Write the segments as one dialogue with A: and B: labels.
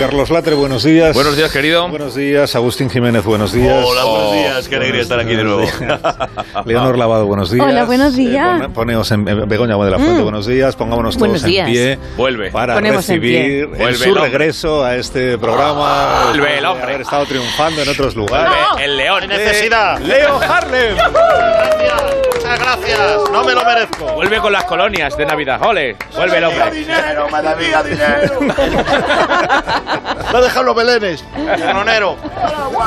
A: Carlos Latre, buenos días.
B: Buenos días, querido.
A: Buenos días, Agustín Jiménez, buenos días.
C: Hola, buenos días, qué alegría estar aquí de nuevo.
A: Leonor Lavado, buenos días.
D: Hola, buenos días.
A: Eh, poneos en, Begoña de la Fuente, buenos días. Pongámonos
D: Buenos
A: todos
D: días.
A: en pie.
B: Vuelve.
A: Para
D: Ponemos en
A: recibir
D: pie.
A: el
B: Vuelve
A: su
B: el hombre.
A: regreso a este programa.
B: Vuelve
A: después
B: el
A: de
B: hombre.
A: Haber estado triunfando en otros lugares.
B: El- El león.
C: Necesidad.
A: Leo Harlem.
C: Gracias, muchas gracias. No me lo merezco.
B: Vuelve con las colonias de Navidad. ¡Ole! Vuelve el hombre.
C: dinero, me debía dinero. Me ha dejado los belenes. Turronero.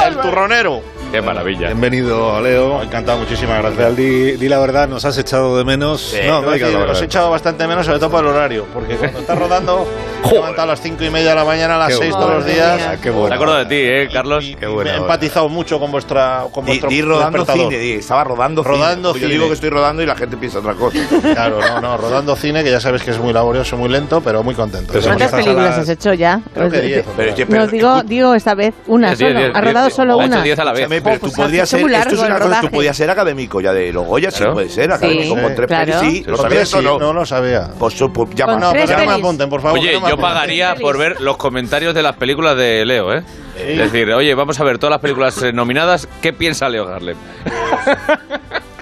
C: El turronero.
B: ¡Qué maravilla!
A: Bienvenido, Leo.
C: Encantado, muchísimas
A: Real, di, di la verdad, nos has echado de menos.
C: no,
A: digas la
C: os he
A: verdad.
C: echado bastante menos, sobre todo por el horario, porque cuando estás rodando, me he levantado a las cinco y media de la mañana, a
A: Qué
C: las seis todos
A: bueno.
C: los días.
A: Ah, qué
B: Me
A: bueno.
B: acuerdo de ti, ¿eh, Carlos?
C: Y-
A: Qué
C: y
A: buena
C: me he
A: hora.
C: empatizado mucho con vuestra con
E: Di,
C: vuestro
E: di rodando
C: despertador.
E: cine, di, estaba rodando,
C: Rodando
E: cine. Yo
C: cine.
E: digo que estoy rodando y la gente piensa otra cosa.
C: Claro, no, no, rodando cine, que ya sabéis que es muy laborioso, muy lento, pero muy contento.
A: Pero
D: ¿Cuántas
A: Estamos a
D: películas
A: las-
D: has hecho ya?
C: Creo que diez.
E: Pero es que, pero,
D: No, digo, digo esta vez una
B: Diez, diez,
D: solo.
B: diez,
D: Ha rodado
B: diez.
D: solo
B: Ha hecho
D: una.
B: diez a la vez.
E: escúchame,
D: Jo,
E: pero
D: pues
E: tú
D: has
E: podías
D: hecho
E: ser,
D: muy
E: esto es
D: largo
E: una
D: el
E: cosa, tú
D: rodaje.
E: podías ser académico ya de Logoya,
B: Claro.
E: sí puede ser, académico
D: Sí,
E: con tres
D: claro.
E: pelis, sí, lo
C: Con
E: sabías
C: tres,
E: o
C: sí,
E: no.
C: no lo sabía.
E: Pues, so- pues ya
D: Con
E: más.
C: No,
D: tres
C: pero ya me
D: pelis.
C: apunten, por favor. que
B: Oye,
C: no me
B: yo
C: apunten.
B: pagaría por ver los comentarios de las películas de Leo, ¿eh? Es decir, oye, vamos a ver todas las películas eh, nominadas. ¿Qué piensa Leo Harlem?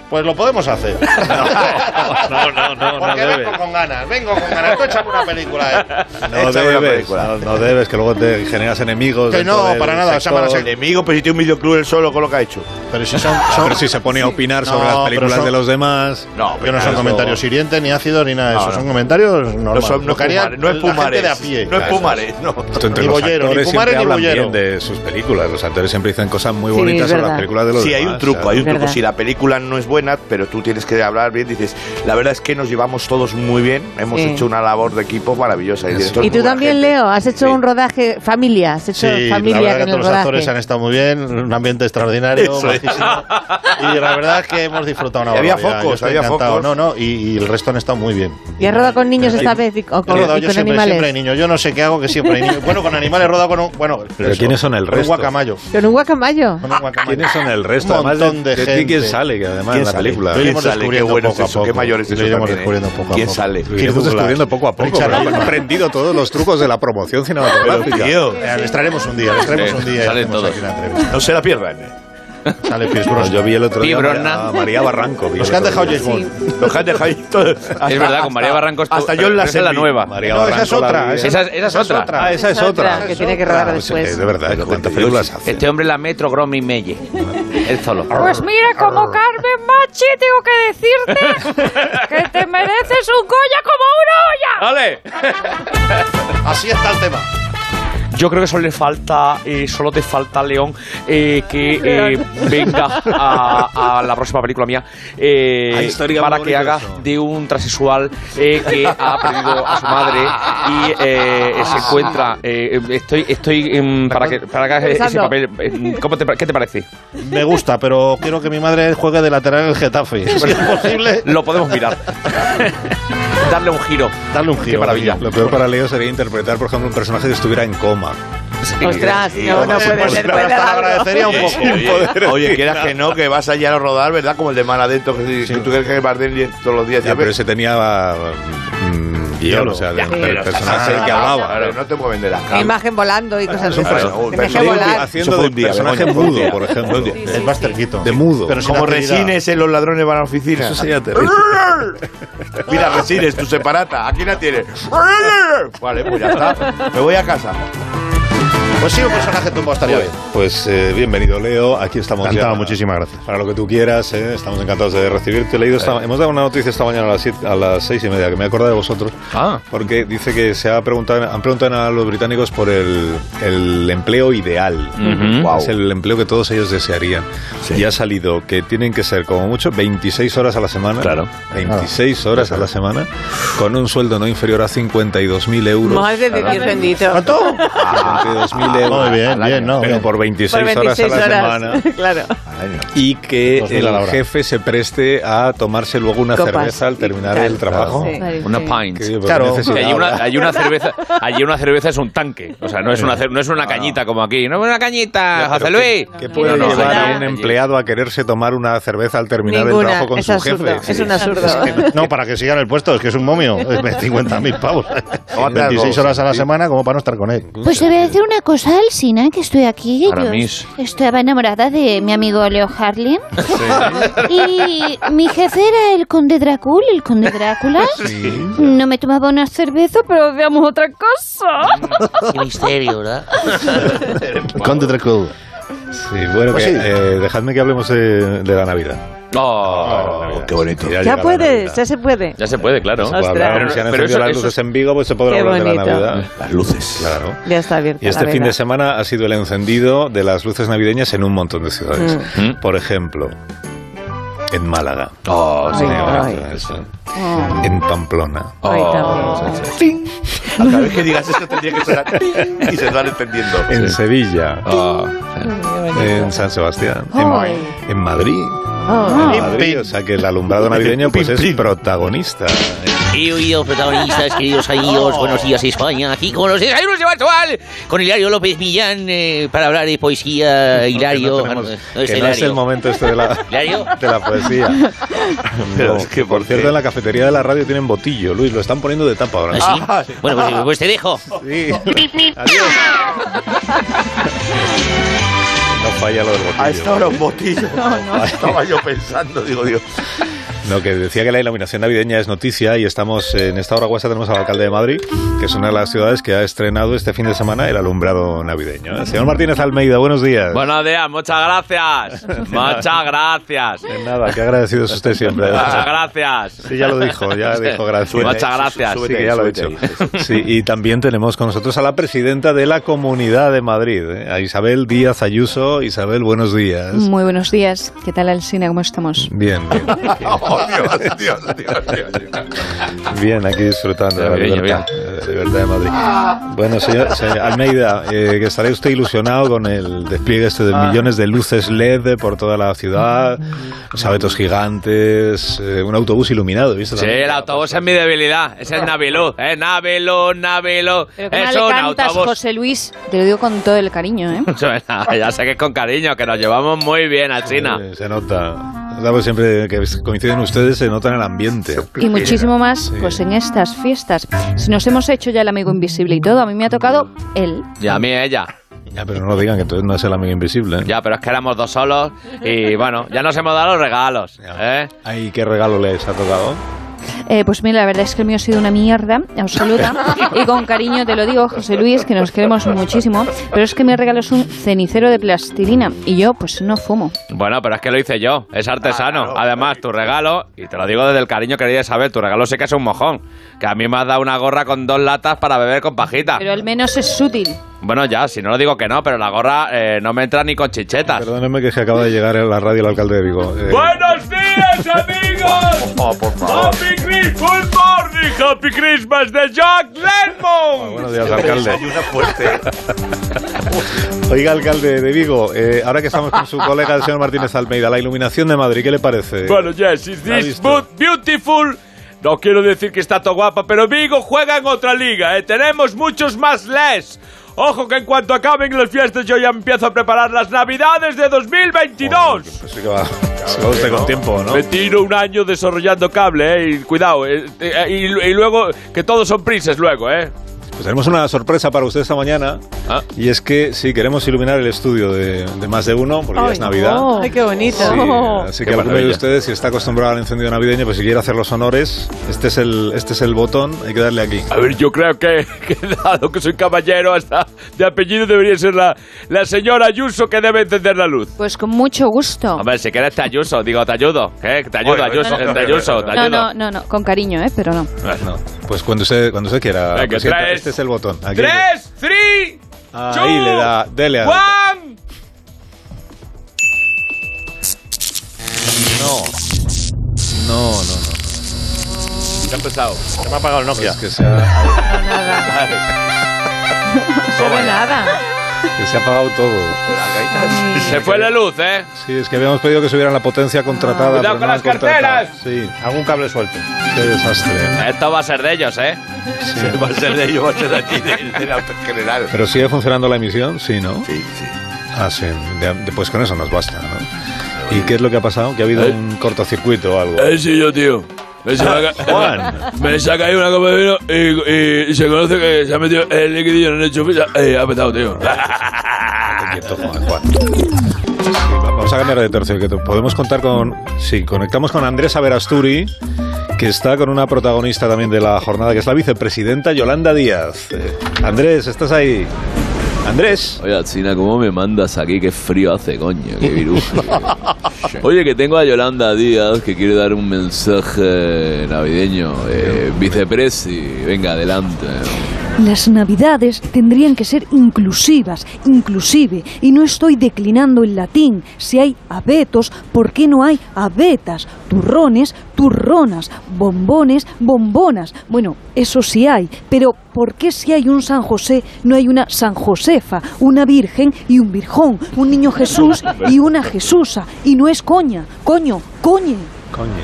C: Pues lo podemos hacer.
A: No, no, no,
C: Porque
A: no debe.
C: vengo con ganas, vengo con ganas. Tú échame una película, eh.
A: No
E: Échame una
A: debes,
E: película.
A: no, no debes, que luego te generas enemigos.
C: Que
A: dentro
C: no,
A: del
C: para nada,
A: sector.
C: llama a la sec-
E: Enemigo, pero si tiene un videoclub él solo con lo que ha hecho.
C: Pero si son.
A: Ah,
C: son-
A: Pero si se pone a opinar sobre
C: No,
A: las
C: pero
A: películas
C: son-
A: de los demás.
E: No,
C: Yo no son
E: eso-
C: comentarios hirientes, ni ácidos, ni nada de
E: No,
C: eso.
E: no.
C: Son comentarios normales.
E: No, son, no,
C: Lo que haría
E: Pumares, no es
C: la gente
E: Pumares.
C: de a pie.
E: No es Pumares, no.
A: Esto entre
C: Ni
A: los
C: bollero, ni
A: actores
C: Fumare,
A: siempre
C: ni
A: hablan
C: bollero.
A: bien de sus películas. Los actores siempre dicen cosas muy
D: Sí,
A: bonitas
D: es
A: sobre las
D: verdad.
A: películas de los
E: Sí,
A: demás.
E: hay un truco,
A: o
E: hay
A: sea,
E: un truco.
D: verdad.
E: Si la película no es buena, pero tú tienes que hablar bien, dices, la verdad es que nos llevamos todos muy bien, hemos
D: Sí.
E: hecho una labor de equipo maravillosa.
A: Eso.
E: director
D: Y
E: muy
D: tú
E: buena
D: también,
E: gente.
D: Leo, has hecho
E: Sí.
D: un rodaje familia. Has hecho
C: Sí, la
D: familia
C: verdad
D: con
C: que
D: el
C: todos los actores han
D: rodaje.
C: estado muy bien, un ambiente extraordinario,
E: Eso es.
C: majísimo. Y la verdad es que hemos disfrutado una
E: Y había
C: barbaridad.
E: focos,
C: Yo estoy
E: había
C: encantado.
E: focos.
C: No, no, y, y el resto han estado muy bien.
D: ¿Y has rodado con niños esta vez y, o
C: He
D: con,
C: rodado
D: y
C: yo
D: con
C: siempre,
D: animales?
C: siempre hay niños. Yo no sé qué hago, que siempre hay niños. Bueno, con animales he rodado con un... Bueno,
A: Pero ¿quiénes son el
C: con
A: resto?
C: Un guacamayo.
D: Con un guacamayo.
C: Con un guacamayo.
A: ¿Quiénes son el resto?
C: Un
A: Además
C: montón de,
A: de
C: gente.
A: ti, ¿Quién sale? Que además
E: ¿Quién
A: en la
E: sale?
A: película.
C: Lo
E: ¿Quién
C: iremos
E: sale?
C: descubriendo
E: Qué bueno
C: poco
E: es eso,
C: a
E: qué
C: poco.
E: mayor es
C: Lo
E: eso
C: iremos
E: también, ¿eh?
C: descubriendo poco a
E: ¿Quién
C: poco.
E: sale?
C: Lo
A: Que
C: iremos
A: hemos descubriendo
C: descubriendo.
A: poco a poco.
C: Richard
A: pero hemos
C: Lima.
A: aprendido todos los trucos de la promoción cinematográfica.
E: Tío,
C: Eh, Les traeremos un día, les traeremos
B: Sí,
C: un día. y
B: salen
C: hacemos
B: todos.
C: aquí la entrevista.
E: no se la pierdan. ¿eh?
C: Sale Pierce
A: Bueno,
C: Brosnan.
A: yo vi el otro día a
B: Fibrona.
A: María- a María Barranco. vi
C: Los
A: el
C: que han
A: otro
C: dejado
A: día.
C: James Bond.
E: Los han dejado ahí todos. Hasta-
B: es verdad, con María Barranco estu-
E: Hasta
B: pero
E: John la
B: esa es la nueva.
A: María
C: No, esa
A: Barranco
C: es
A: la
C: otra.
A: vi.
B: Esa es- esa es otra.
A: Ah, esa es
D: Esa es otra,
A: otra.
D: que tiene que rodar
A: Ah, pues,
D: después.
A: eh, De verdad, ¿cuántas películas hace?
B: Este hombre la metro, Grom y Melle. Él solo.
F: Pues mira, como Carmen Machi, tengo que decirte que te mereces un Goya como una olla.
B: ¡Ole!
C: Así está el tema.
G: Yo creo que solo le falta, eh, solo te falta León eh, que eh, venga a, a la próxima película mía eh,
A: Hay historia
G: para
A: muy
G: que
A: bonita
G: haga
A: eso.
G: de un transexual eh, que ha perdido a su madre y eh, se encuentra. eh, estoy, estoy em, para que para que hagas ese
D: Pensando.
G: papel. em, ¿cómo te pa- ¿Qué te parece?
C: Me gusta, pero quiero que mi madre juegue de lateral en el Getafe. Si es posible,
G: Lo podemos mirar. Darle un giro.
C: darle un giro.
G: Qué maravilla.
A: Lo peor para Leo sería interpretar, por ejemplo, un personaje que estuviera en coma.
D: Ostras,
E: sí,
D: no, pues no
E: sí,
D: puede
E: sí,
D: ser.
E: sí,
D: puede ser
C: hasta la
D: algo.
C: agradecería un
E: Oye,
C: poco.
E: oye, Oye, quieras que no, que vas allá a rodar, ¿verdad? Como el de Maladento, que, que tú quieres que Bardem todos los días.
A: Ya, pero
E: ves.
A: ese tenía mm, guión, o sea, de,
E: Ya,
A: del
E: pero
A: personaje
E: estás-
A: que hablaba.
E: Pero No te mueven de las cámaras.
D: Imagen volando y cosas
E: Es un
D: de esas.
E: fraseo,
D: Imagen
E: fraseo.
D: volar.
E: Eso
A: Haciendo
E: fue
A: de
E: un día,
A: personaje
E: Begoña, fue un
A: mudo,
E: día.
A: por ejemplo.
C: El más cerquito.
A: De mudo.
C: Pero sin
E: Como
C: actividad.
E: Resines en Los Ladrones van a la oficina.
A: Eso sería terrible.
E: Mira, Resines, tu separata. Aquí la tienes. Vale, pues ya está. Me voy a casa.
H: Pues sí, un personaje tumbado estaría bien.
A: Pues eh, bienvenido, Leo. Aquí estamos
C: Encantado,
A: ya.
C: muchísimas gracias.
A: Para lo que tú quieras, ¿eh? estamos encantados de recibirte. He Leído esta- hemos dado una noticia esta mañana a las, siete- a las seis y media, que me he acordado de vosotros.
B: Ah.
A: Porque dice que se ha preguntado, han preguntado a los británicos por el, el empleo ideal.
B: Ujú.
A: Wow. Es el empleo que todos ellos desearían. Y ha salido que tienen que ser, como mucho, 26 horas a la semana.
B: Claro.
A: 26 horas a la semana, con un sueldo no inferior a 52.000 euros.
F: Madre de Dios bendito.
A: 52.000 euros.
C: Muy bien, bien, ¿no?
A: Pero por 26,
F: Por 26
A: horas a la
F: horas.
A: semana
F: claro.
A: y que
C: Dos mil a la
A: el
C: hora.
A: jefe se preste a tomarse luego una
F: Copas.
A: cerveza al terminar
F: Claro.
A: el trabajo.
F: Sí. Claro,
B: Una
F: sí.
B: pint.
A: Que, pues,
C: Claro.
A: necesidad
B: Que allí, una,
A: habrá.
B: allí una cerveza, allí una cerveza es un tanque. O sea, no es una, cer- no es una cañita como aquí. No es una cañita,
A: Ya, Ah.
B: José
A: pero
B: Luis.
A: ¿Qué
F: No,
A: puede
F: no, no,
A: llevar
F: no,
A: a
F: no.
A: un empleado a quererse tomar una cerveza al terminar el
F: Ninguna.
A: trabajo con
F: Es
A: su
F: absurdo.
A: jefe?
F: Es un absurdo.
C: No, para que sigan el puesto, es que es un momio. Es 50.000 pavos.
A: Anda,
C: 26
A: no,
C: horas a la
A: sí.
C: semana como para no estar con él.
I: Pues te voy a decir una cosa, Alsina, que estoy aquí. Yo
B: Aramis.
I: estaba enamorada de mi amigo Leo Harlin. Y mi jefe era el conde Drácula, el conde Drácula. No me tomaba una cerveza, pero veamos otra cosa.
C: Conde Dracul.
A: Sí, bueno,
C: Pues
A: que,
C: sí.
A: eh, dejadme que hablemos de, de la Navidad.
B: Oh,
A: qué bonito.
F: Ya puedes, ya se puede.
B: ya se puede, claro.
F: Ostras.
B: Pero-
A: si han
B: pero
A: encendido
B: eso-
A: las
B: eso-
A: luces Pues, en Vigo, pues se podrá
F: Qué
A: hablar de la
F: bonito.
A: Navidad. Las luces. Claro.
F: Ya está abierta.
A: Y este
F: la
A: fin
F: vela.
A: de semana ha sido el encendido de las luces navideñas en un montón de ciudades.
B: Mm.
A: Por ejemplo, en Málaga,
B: Oh, sí.
F: Ay, ay, Oh.
A: en Pamplona,
F: ay,
B: Oh.
F: también.
E: A cada vez que digas eso tendría que sonar y se están entendiendo.
A: en Sevilla,
B: Oh.
A: en San Sebastián, en-
F: Ay.
A: en, Madrid.
F: Oh.
A: En Madrid, o sea que el alumbrado navideño pues es protagonista.
J: He oído protagonistas, queridos amigos, buenos días España, aquí con los desayunos de Bartual, con Hilario López Millán, eh, para hablar de poesía, Hilario.
A: Que no, tenemos-
J: Ah, no, no es
A: que no es el
J: Hilario.
A: momento este de la,
J: ¿Hilario? Ah,
A: de la poesía.
E: Pero
A: No,
E: es que,
A: por
E: ¿por
A: cierto,
E: qué?
A: en la cafetería de la radio tienen botillo, Luis, lo están poniendo de tapa ahora.
J: ¿Ah, sí? Bueno, pues, pues te dejo.
A: Sí. Adiós. No falla lo del botillo.
E: A esta hora un botillo. Estaba yo pensando, digo, Dios.
A: No, que decía que la iluminación navideña es noticia y estamos eh, en esta hora guasa tenemos al alcalde de Madrid, que es una de las ciudades que ha estrenado este fin de semana el alumbrado navideño. ¿eh? Señor Martínez Almeida, buenos días.
B: Buenos días, muchas gracias. Muchas gracias.
A: De Nada, qué agradecido es usted siempre. ¿eh?
B: Muchas gracias.
A: Sí, ya lo dijo, ya dijo gracias.
B: Muchas gracias.
A: Sí, que ya lo he hecho. Sí, y también tenemos con nosotros a la presidenta de la Comunidad de Madrid, ¿eh? a Isabel Díaz Ayuso. Isabel, buenos días.
D: Muy buenos días. ¿Qué tal, Alcina? ¿Cómo estamos?
A: Bien, bien.
E: Oh, Dios, Dios, Dios, Dios.
A: Bien, aquí disfrutando de la
B: Bien,
A: libertad, de la libertad de Madrid. Bueno, señor, señor Almeida, eh, que estará usted ilusionado con el despliegue este de millones de luces LED por toda la ciudad, sabetos gigantes, eh, un autobús iluminado, ¿viste?
B: Sí, el autobús es mi debilidad. Ese es Nabilú. Es Nabilú, Nabilú.
D: Pero que
B: Es
D: no
B: un
D: le cantas,
B: autobús.
D: José Luis. Te lo digo con todo el cariño, ¿eh?
B: Ya sé que es con cariño, que nos llevamos muy bien, Alcina.
A: Eh, se nota. Claro, pues siempre que coinciden ustedes se nota en el ambiente.
D: Y muchísimo más,
A: Sí.
D: pues en estas fiestas. Si nos hemos hecho ya el amigo invisible y todo, a mí me ha tocado él.
B: Y a mí ella.
A: Ya, pero no lo digan, que entonces no es el amigo invisible. ¿eh?
B: Ya, pero es que éramos dos solos y bueno, ya nos hemos dado los regalos. ¿eh?
A: Ay, qué regalo les ha tocado.
D: Eh, pues mira, la verdad es que el mío ha sido una mierda absoluta. Y con cariño te lo digo, José Luis, que nos queremos muchísimo. Pero es que mi regalo es un cenicero de plastilina. Y yo, pues no fumo.
B: Bueno, pero es que lo hice yo, es artesano. Además, tu regalo, y te lo digo desde el cariño, querida Isabel, tu regalo sé que es un mojón. Que a mí me has dado una gorra con dos latas para beber con pajita.
D: Pero al menos es útil.
B: Bueno, ya, si no lo digo que no, pero la gorra eh, no me entra ni con chichetas.
A: Perdónenme que se acaba de llegar a la radio el alcalde de Vigo. Eh,
B: ¡Buenos días, amigos!
E: Oh, por favor.
B: Christmas! ¡Good morning! ¡Happy Christmas de Jack Lemmon!
A: Ah, Buenos días, alcalde.
E: Hay una fuerte.
A: Oiga, alcalde de Vigo, eh, ahora que estamos con su colega, el señor Martínez Almeida, la iluminación de Madrid, ¿qué le parece?
B: Bueno, yes, is
A: ¿La ha
B: this
A: visto?
B: boot beautiful? No quiero decir que está todo guapa, pero Vigo juega en otra liga, ¿eh? Tenemos muchos más les. Ojo que en cuanto acaben las fiestas yo ya empiezo a preparar las navidades de 2022.
A: Pues sí que va, se va usted con tiempo, ¿no?
B: Me tiro un año desarrollando cable, ¿eh? Y cuidado, eh, eh, y, y luego que todos son prises luego, ¿eh?
A: Pues tenemos una sorpresa para usted esta mañana.
B: Ah.
A: Y es que sí, queremos iluminar el estudio de, de más de uno, porque ya es Navidad.
F: Ay, qué bonito.
A: Sí, así que alguno de ustedes, si está acostumbrado al encendido navideño, pues si quiere hacer los honores, este es el, este es el botón, hay que darle aquí.
B: A ver, yo creo que, que dado que soy caballero, hasta de apellido debería ser la, la señora Ayuso que debe encender la luz.
D: Pues con mucho gusto.
B: Hombre, si quieres te ayuso, digo, te ayudo. ¿Qué? Te ayudo,
A: Oye,
B: Ayuso,
A: no, no,
B: te ayuso, te
D: No,
B: ayudo.
D: no, no, no, con cariño, ¿eh? Pero no.
A: No, pues cuando se, cuando se quiera.
B: Venga,
A: presidenta,
B: tres.
A: este es el botón. Aquí hay que-
B: Tres, three,
A: Ahí
B: two,
A: le da, dele a-
B: one.
A: No. No, no, no.
B: Se ha empezado.
C: Se me ha apagado el Nokia.
A: Pues que, se ha,
F: Sobre nada.
A: que se ha apagado todo.
B: Se fue la luz, ¿eh?
A: Sí, es que habíamos pedido que subieran la potencia contratada.
B: Cuidado
A: pero
B: con
A: no
B: las
A: han contratado.
B: carteras.
A: Sí. Algún cable suelto. Qué desastre.
B: Esto va a ser de ellos, ¿eh?
E: Va a ser de ellos, va a ser de ti, de, de la general.
A: Pero sigue funcionando la emisión, sí, ¿no? Sí, sí. Ah, sí. De- de- pues con eso nos basta, ¿no? ¿Y qué es lo que ha pasado? ¿Que ha habido
K: ¿Eh?
A: un cortocircuito o algo?
K: Eh, sí, yo, tío. Me saca,
A: Ah, Juan.
K: me saca ahí una copa de vino y, y se conoce que se ha metido el liquidillo en el chupi. Eh, ha petado, tío.
A: Vamos a cambiar de tercio. Que te- podemos contar con. Sí, conectamos con Andrés Averasturi, que está con una protagonista también de la jornada, que es la vicepresidenta Yolanda Díaz. Eh, Andrés, ¿estás ahí? Andrés.
K: Oye, China, ¿cómo me mandas aquí? Qué frío hace, coño. Qué viruja. Oye, que tengo a Yolanda Díaz que quiere dar un mensaje navideño. Eh, vicepresi, venga, adelante.
L: Las navidades tendrían que ser inclusivas, inclusive, y no estoy declinando el latín. Si hay abetos, ¿por qué no hay abetas? Turrones, turronas, bombones, bombonas. Bueno, eso sí hay, pero ¿por qué si hay un San José no hay una San Josefa, una Virgen y un Virjón, un Niño Jesús y una Jesusa? Y no es coña, coño, coñe.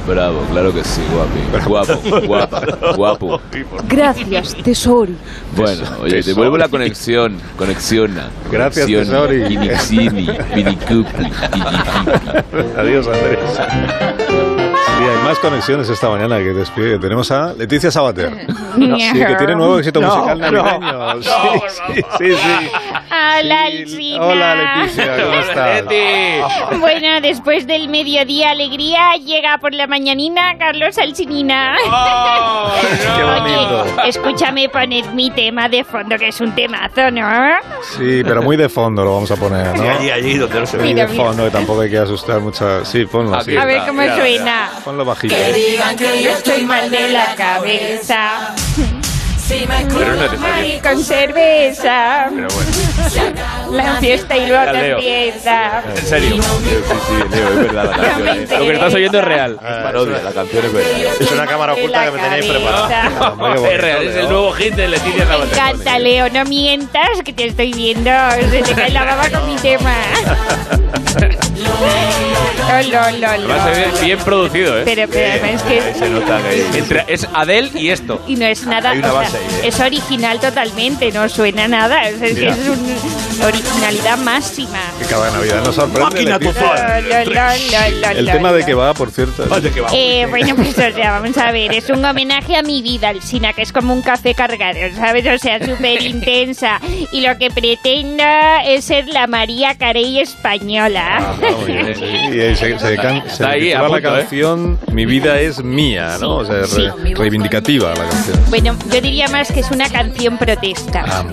K: Bravo, claro que sí, guapi. Guapo, guapa, guapo.
L: Gracias, tesori.
K: Bueno, oye,
A: Tesori.
K: devuelvo la conexión. Conexiona.
A: Gracias,
K: conexiona.
A: Tesori.
K: Quinixini, pinicupli,
A: Adiós, Andrés. Sí, hay más conexiones esta mañana que despliegue. Tenemos a Leticia Sabater. Sí, que tiene nuevo éxito
C: No,
A: musical
C: no,
A: navideño.
C: no,
A: sí, sí, sí, sí.
I: Hola, Alcina.
A: Hola, Leticia, ¿cómo estás?
I: Bueno, después del mediodía alegría llega por la mañanina Carlos Alcinina.
A: Qué bonito.
I: Escúchame, poned mi tema de fondo, que es un temazo, ¿no?
A: Sí, pero muy de fondo lo vamos a poner, ¿no?
E: Sí, allí, allí, donde no se ve.
A: Muy
I: Mira,
A: de
I: mira.
A: fondo, que tampoco hay que asustar mucho. Sí, ponlo así.
I: A ver cómo
A: Mira,
I: suena.
A: Ponlo bajito.
I: digan que yo estoy mal de la cabeza. Si me
A: Pero no es necesario.
I: y con cerveza.
A: Pero bueno.
I: La fiesta y luego
B: Ya leo.
I: empieza.
B: En serio.
E: Sí, sí, Leo, es verdad, la canción es-
B: Lo que estás oyendo es real.
C: Ah,
E: parodia, la canción es verdad.
C: Es una cámara oculta que me tenéis preparada.
B: Es real, es el nuevo hit de Leticia
I: Me
B: Sabater.
I: encanta, Leo, no mientas que te estoy viendo. Se te cae la baba con mi tema. Lo, lo, lo,
B: Además, se ve bien producido, ¿eh?
I: Pero, pero además que es-
B: Se nota que Entre, es Adele y esto.
I: Y no es nada.
B: Hay una
I: o sea,
B: base ahí, ¿eh?
I: Es original totalmente, no suena nada. O sea, es que
A: Mira.
I: es una originalidad máxima.
A: Que cada Navidad nos sorprende.
I: Máquina total. Lo, lo, lo, lo,
A: El
I: lo,
A: tema de
I: lo.
A: que va, por cierto. De que
I: Eh, bueno, pues o sea, vamos a ver, es un homenaje a mi vida, Alcina, que es como un café cargado, ¿sabes? O sea, súper intensa. Y lo que pretendo es ser la María Carey
A: Ah,
I: española.
A: Y ahí se, se can- se
B: Está ahí,
A: titula
B: a
A: la
B: punto, ¿eh?
A: canción Mi vida es mía, ¿no? O sea, re-
I: Sí.
A: reivindicativa la canción.
I: Bueno, yo diría más que es una canción protesta.
A: Ah,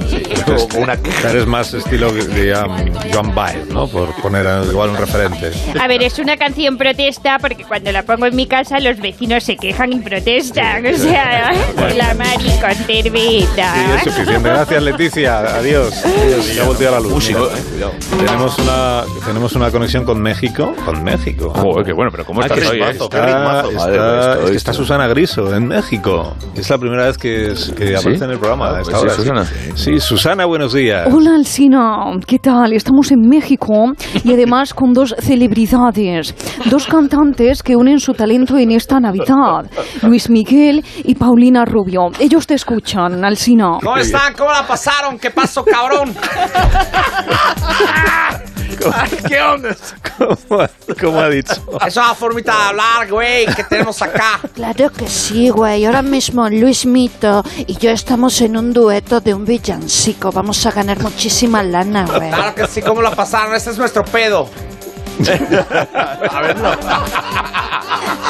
A: Eres más estilo de, um, Joan Baez, ¿no? Por poner eh, igual un referente.
I: A ver, es una canción protesta porque cuando la pongo en mi casa los vecinos se quejan y protestan. O sea, la Mari con cerveza.
A: Sí, es suficiente. Gracias, Leticia. Adiós. Adiós. Ya ha volteado la luz. Mira. Tenemos una, tenemos una conexión con México. Con México. Joder, qué bueno, pero
B: ¿cómo estás hoy, eh?
A: Está,
B: Madre
A: está-
B: mía, estoy-
A: es que está Susana Griso en México. Es la primera vez que, es- que
B: ¿Sí?
A: aparece en el programa.
B: Ah,
A: a esta
B: pues sí,
A: hora,
B: Susana.
A: Sí, Susana, buenos días.
L: Hola Alcina, ¿qué tal? Estamos en México y además con dos celebridades, dos cantantes que unen su talento en esta Navidad, Luis Miguel y Paulina Rubio. Ellos te escuchan, Alcina.
M: ¿Cómo están? ¿Cómo la pasaron? ¿Qué pasó, cabrón?
N: ¿Qué onda?
A: ¿Cómo, ha dicho?
G: Esa es la formita de hablar, güey, que tenemos acá.
M: Claro que sí, güey. Ahora mismo Luis Mito y yo estamos en un dueto de un villancico. Vamos a ganar muchísima lana, güey.
A: Ah.
G: Claro que sí, ¿cómo la pasaron? Ese es nuestro pedo.
N: A ver, no.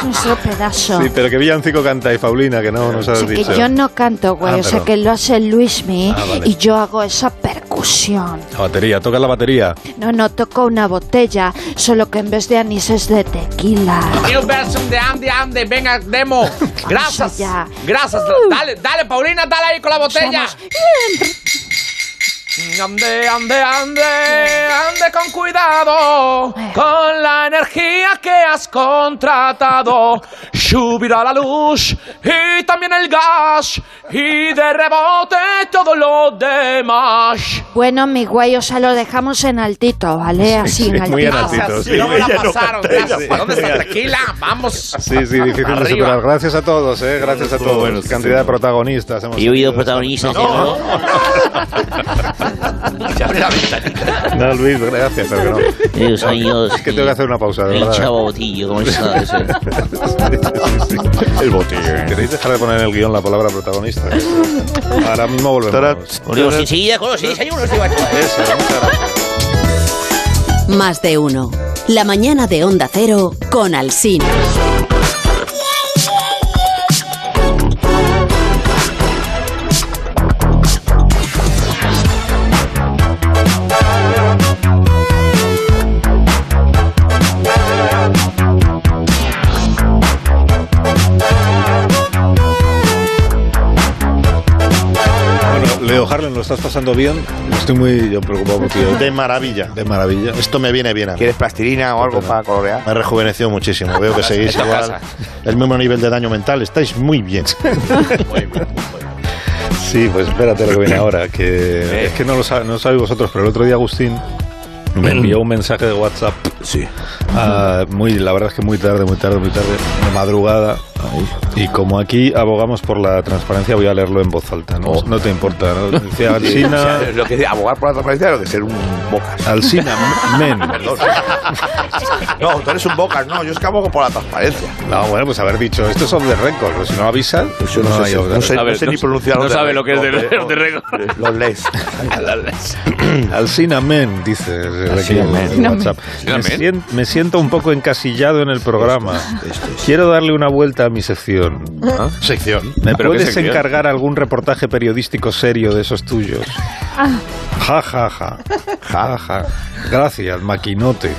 M: Nuestro pedazo.
A: Sí, pero que Villancico canta y Paulina, que no nos
M: O
A: has
M: sea, que
A: dicho.
M: yo no canto, güey.
A: Ah,
M: o sea,
A: perdón.
M: que lo hace Luismi
A: Ah, vale.
M: y yo hago esa percusión.
A: La batería, toca la batería.
M: No, no, toco una botella, solo que en vez de anís es de tequila.
G: New version de Andy Andy, venga, demo. Gracias.
M: allá.
G: Gracias. Dale, dale, Paulina, dale ahí con la botella. Mm, Ande, ande, ande, ande con cuidado con la energía que has contratado. Subirá la luz y también el gas y de rebote todo lo demás.
M: Bueno, mi güey, o sea, lo dejamos en altito, ¿vale? Así, en altito.
A: muy en altito. sí.
G: ¿Cómo la pasaron?
A: Sí,
G: Gracias. ¿Dónde está tequila? Vamos.
A: Sí, sí, difícil de
G: Arriba.
A: superar. Gracias a todos, ¿eh? Gracias a todos. Cantidad de protagonistas. Hemos
J: He oído protagonistas de nuevo.
A: No, Luis, gracias, pero que no.
J: Los años
A: Es que tengo que hacer una pausa, de
J: El
A: verdad. ¿eh?
J: chavo botillo, ¿cómo está? eso?
A: El ¿eh? botín. ¿Queréis dejar de poner en el guión la palabra protagonista? Ahora mismo volvemos.
J: Volvemos enseguida con los desayunos de Bachoa.
O: Más de uno. La mañana de Onda Cero con Alsina.
A: Bueno, Leo Harlan, ¿lo estás pasando bien? Estoy muy yo preocupado contigo.
C: De maravilla.
A: De maravilla.
C: Esto me viene bien. a mí.
E: ¿Quieres plastilina o algo para colorear?
C: Me ha rejuvenecido muchísimo. Veo que seguís
E: Esto
C: igual.
E: pasa.
C: El mismo nivel de daño mental. Estáis muy bien.
A: Sí, pues espérate lo que viene ahora, que es que no lo sabe- no lo sabéis vosotros, pero el otro día Agustín
N: Mm.
A: me envió un mensaje de WhatsApp. Sí. muy, la verdad es que muy tarde, muy tarde, muy tarde, de madrugada. Y como aquí abogamos por la transparencia, voy a leerlo en voz alta.
N: Oh.
A: No, No te importa. ¿no? "Ah,
E: Sí,
A: Decía
E: o
A: Alsina,
E: sea, lo que abogar por la transparencia lo que ser un bocas.
A: Alsina, men.
E: Perdón. No, tú eres un bocas, no, yo es que abogo por la transparencia.
A: No, bueno, pues haber dicho, esto es off the record, pero si no avisan, pues yo no,
E: sé
A: hay
E: si-
A: off the
E: no sé-
A: record.
E: no sé ni pronunciar
N: no
E: los
N: sabe
E: de-
N: lo que es de-
E: los
N: los de regla.
E: Los les.
A: Alsina Men, dice el
E: Alsina
A: equipo de
E: Men.
A: WhatsApp.
E: Alsina
A: Me,
E: Men.
A: sien- me siento un poco encasillado en el programa. Quiero darle una vuelta a mi sección.
E: ¿Ah?
A: ¿Ah?
C: Sección.
A: ¿Me
C: ¿Pero qué
A: puedes
C: sección?
A: encargar algún reportaje periodístico serio de esos tuyos?
I: Ah,
A: Ja, ja, ja. Ja, ja. Gracias, maquinote.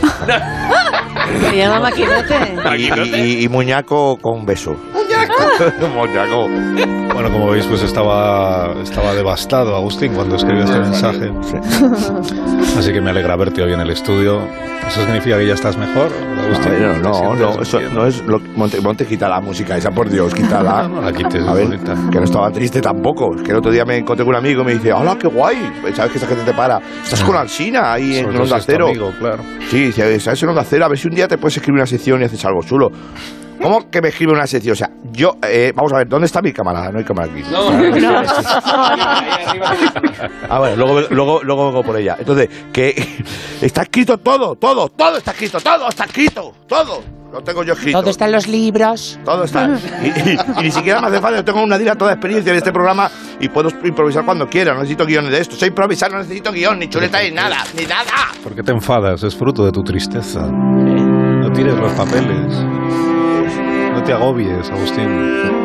L: Se llama maquinote.
E: Y, y- y muñaco con beso. muñaco.
A: Bueno, como veis, pues estaba, estaba devastado Agustín cuando escribió este mensaje. Así que me alegra verte hoy en el estudio. ¿Eso significa que ya estás mejor, Agustín?
E: No, no, no, eso no es. Lo, Monte, Monte, quita la música esa, por Dios, quítala.
A: No, no la quites,
E: A
A: es
E: ver,
A: bonita.
E: que no estaba triste tampoco. Es que el otro día me encontré con un amigo y me dice, hola, qué guay. ¿Sabes que esa gente te para?
A: Ah.
E: Estás con Alsina ahí
A: Sobre
E: en
A: todo si
E: Onda
A: Pues es tu
E: Cero.
A: amigo, claro.
E: Sí, dice, ¿sabes en Onda Cero? A ver si un día te puedes escribir una sección y haces algo chulo. ¿Cómo que me escribe una sección? O sea, yo, eh, vamos a ver, ¿dónde está mi cámara? No hay cámara aquí. Ah, bueno, luego, luego, luego vengo por ella. Entonces, que está escrito todo, todo, todo está escrito, todo está escrito, todo. Lo tengo yo escrito.
G: ¿Dónde están los libros?
E: Todo está. Y, y- y ni siquiera me hace falta. Yo tengo una dilatada experiencia en este programa y puedo improvisar cuando quiera. No necesito guiones de esto. Soy improvisar, no necesito guión, ni chuleta, ni nada, ni nada.
A: ¿Por qué te enfadas? Es fruto de tu tristeza. No tires los papeles. No te agobies, Agustín.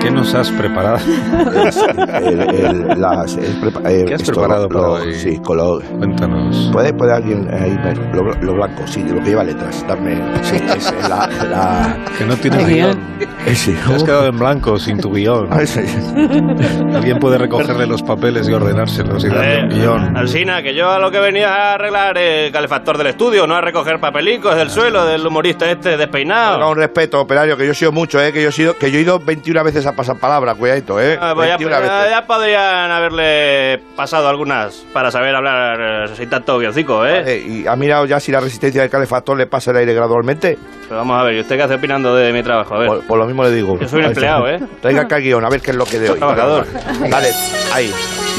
A: ¿Qué nos has preparado?
E: El- el- las- el prepa- eh,
A: ¿Qué has
E: esto, lo-
A: preparado para
E: lo-
A: hoy?
E: Sí, con lo-
A: Cuéntanos.
E: ¿Puede, puede alguien eh, irme lo, lo blanco? Sí, lo que lleva letras. Dame. Sí, es la. la
A: Que no tienes guión. Te has quedado en blanco sin tu guión. Alguien puede recogerle los papeles y ordenárselos y darle un guión.
P: Alsina, que yo a lo que venía es a arreglar el calefactor del estudio, no a recoger papelicos del suelo del humorista este despeinado.
E: Con Ah, respeto, operario, que yo he sido mucho, eh, que yo he sido, que yo he ido 21 veces a pasar palabra, cuidadito, eh.
P: Ah, pues ya,
E: 21 veces.
P: ya- ya podrían haberle pasado algunas para saber hablar eh, sin tanto guioncico, ¿eh?
E: Vale, ¿Y ha mirado ya si la resistencia del calefactor le pasa el aire gradualmente?
P: Pero vamos a ver, ¿y usted qué hace opinando de mi trabajo? A ver.
E: Por, por lo mismo le digo.
P: Yo soy un
E: A ver,
P: empleado, ¿eh?
E: Traiga acá el guión, a ver qué es lo que de hoy.
P: Trabajador.
E: Dale, ahí.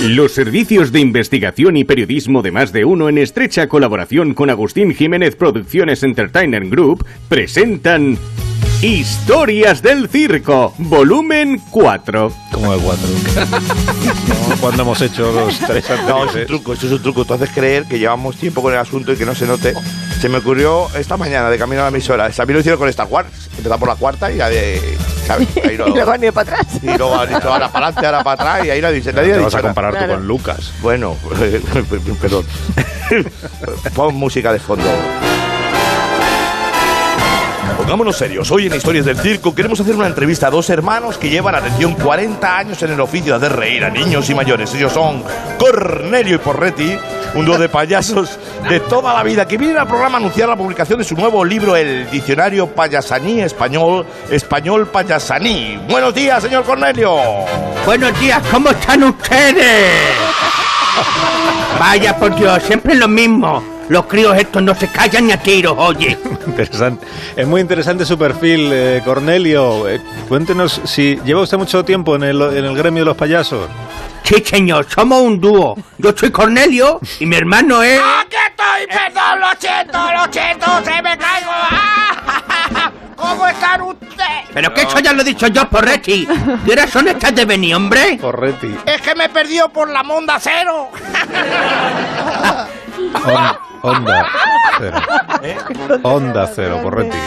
Q: Los servicios de investigación y periodismo de más de uno en estrecha colaboración con Agustín Jiménez Producciones Entertainment Group presentan Historias del Circo, volumen 4.
A: ¿Cómo de 4?
E: cuando hemos hecho los tres No, es un truco, eso es un truco. Tú haces creer que llevamos tiempo con el asunto y que no se note. Se me ocurrió esta mañana, de camino a la emisora, también lo hicieron con esta cuarta. Empezamos por la cuarta y la de... ¿sabes? Ahí lo-
F: Y luego han ido para atrás.
E: y luego han dicho ahora para adelante, ahora para atrás y ahí nadie dice nadie
A: te
E: ha
A: vas
E: dicho
A: a comparar tú
E: nada.
A: con Lucas.
E: Bueno, perdón. Pon música de fondo. Pongámonos serios. Hoy en Historias del Circo queremos hacer una entrevista a dos hermanos que llevan, atención, 40 años en el oficio de hacer reír a niños y mayores. Ellos son Cornelio y Porretti, un dúo de payasos de toda la vida que vienen al programa a anunciar la publicación de su nuevo libro, El Diccionario Payasaní Español, Español Payasaní. Buenos días, señor Cornelio.
R: Buenos días, ¿cómo están ustedes? Vaya por Dios, siempre lo mismo. Los críos estos no se callan ni a tiros, oye.
A: Interesante. Es muy interesante su perfil, eh, Cornelio. Eh, cuéntenos si lleva usted mucho tiempo en el, en el gremio de los payasos.
R: Sí, señor, somos un dúo. Yo soy Cornelio y mi hermano es...
G: ¡Aquí estoy! ¡Perdón, lo siento, lo siento! ¡Se me caigo! ¡Ah! ¿Cómo están ustedes?
R: Pero que eso ya lo he dicho yo, Porretti. ¿Qué horas son estas de venir, hombre?
A: Porretti.
G: Es que me he perdido por la monda cero.
A: onda cero. ¿Eh? Onda cero, Porretti.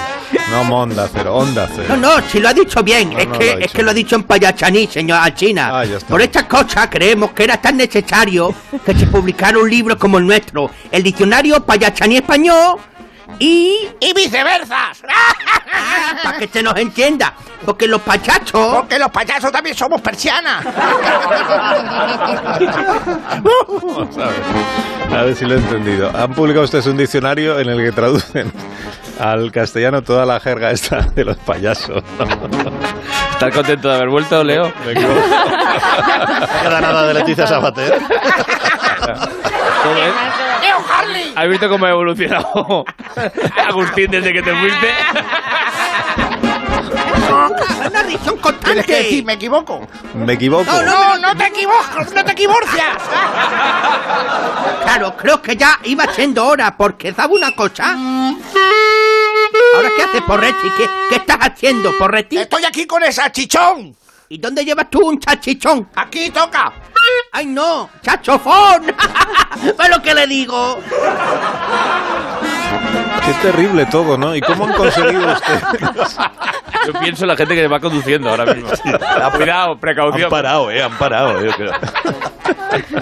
A: No, Monda cero, Onda
R: No,
A: cero.
R: no, si lo ha dicho bien. es,
A: no lo
R: que,
A: ha dicho. Ah,
R: es que lo ha dicho en payachaní, señor Alcina. Por estas cosas creemos que era tan necesario que se publicara un libro como el nuestro, el diccionario payachaní español y... Ah,
G: ¡Y viceversa!
R: Para que se nos entienda, porque los payachos... Porque los payachos también somos persianas.
A: Vamos a ver. A ver si lo he entendido. Han publicado ustedes un diccionario en el que traducen al castellano toda la jerga esta de los payasos.
K: ¿Estás contento de haber vuelto, Leo?
C: queda nada de Leticia Sabater.
G: ¡Leo Harley!
B: ¿Has visto cómo ha evolucionado Agustín desde que te fuiste?
R: Una risión constante.
G: que decir? ¿Me equivoco?
A: Me equivoco.
G: No, no, no te equivocas, no te equivorcias.
R: Claro, creo que ya iba siendo hora, porque ¿sabe una cosa? Ahora, ¿qué haces, Porretti? ¿Qué, qué estás haciendo, Porretti? Estoy aquí con el salchichón. ¿Y dónde llevas tú un salchichón? Aquí, toca. ¡Ay, no! ¡Chachofón! ¿Ves lo que le digo?
A: Qué terrible todo, ¿no? ¿Y cómo han conseguido ustedes?
B: Yo pienso en la gente que va conduciendo ahora mismo. Cuidado, precaución.
C: Han parado, eh, han parado, yo creo.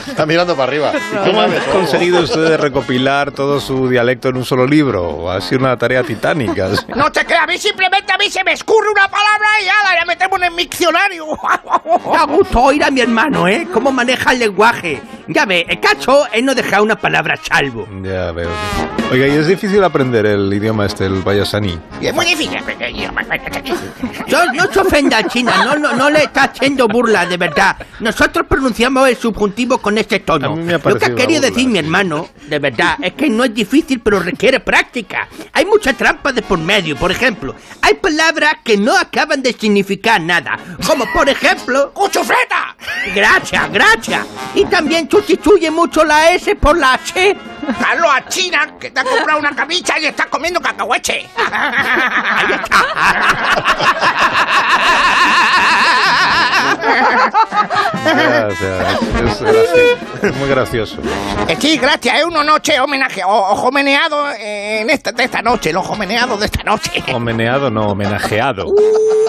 C: Está mirando para arriba.
A: ¿Cómo han conseguido ustedes recopilar todo su dialecto en un solo libro? Ha sido una tarea titánica. sí.
G: No te creas, a mí simplemente a mí se me escurre una palabra y ya la metemos en el diccionario.
R: Da gusto oír a mi hermano, ¿eh? Cómo maneja el lenguaje. Ya ve, el cacho es no dejar una palabra a salvo.
A: Ya veo. Oiga, ¿y es difícil aprender el idioma este, el payasaní?
R: Es muy difícil. Yo, no se ofenda a China, no, no, no le está haciendo burla, de verdad. Nosotros pronunciamos el subjuntivo con este tono. Lo que
A: parecido
R: ha
A: una
R: querido
A: burla,
R: decir mi hermano, de verdad, es que no es difícil, pero requiere práctica. Hay mucha trampa de por medio, por ejemplo. Hay palabras que no acaban de significar nada, como por ejemplo... ¡Cuchufleta! Gracias, gracias. Y también sustituye mucho la S por la H.
G: Carlos a China, que te ha comprado una camisa y estás comiendo cacahueche.
A: Gracias. Ah, Es, graci- es muy gracioso.
G: Eh, Sí, gracias, es una noche homenaje, o, ojo meneado eh, en esta, de esta noche, el ojo meneado de esta noche.
A: Homeneado, no, homenajeado.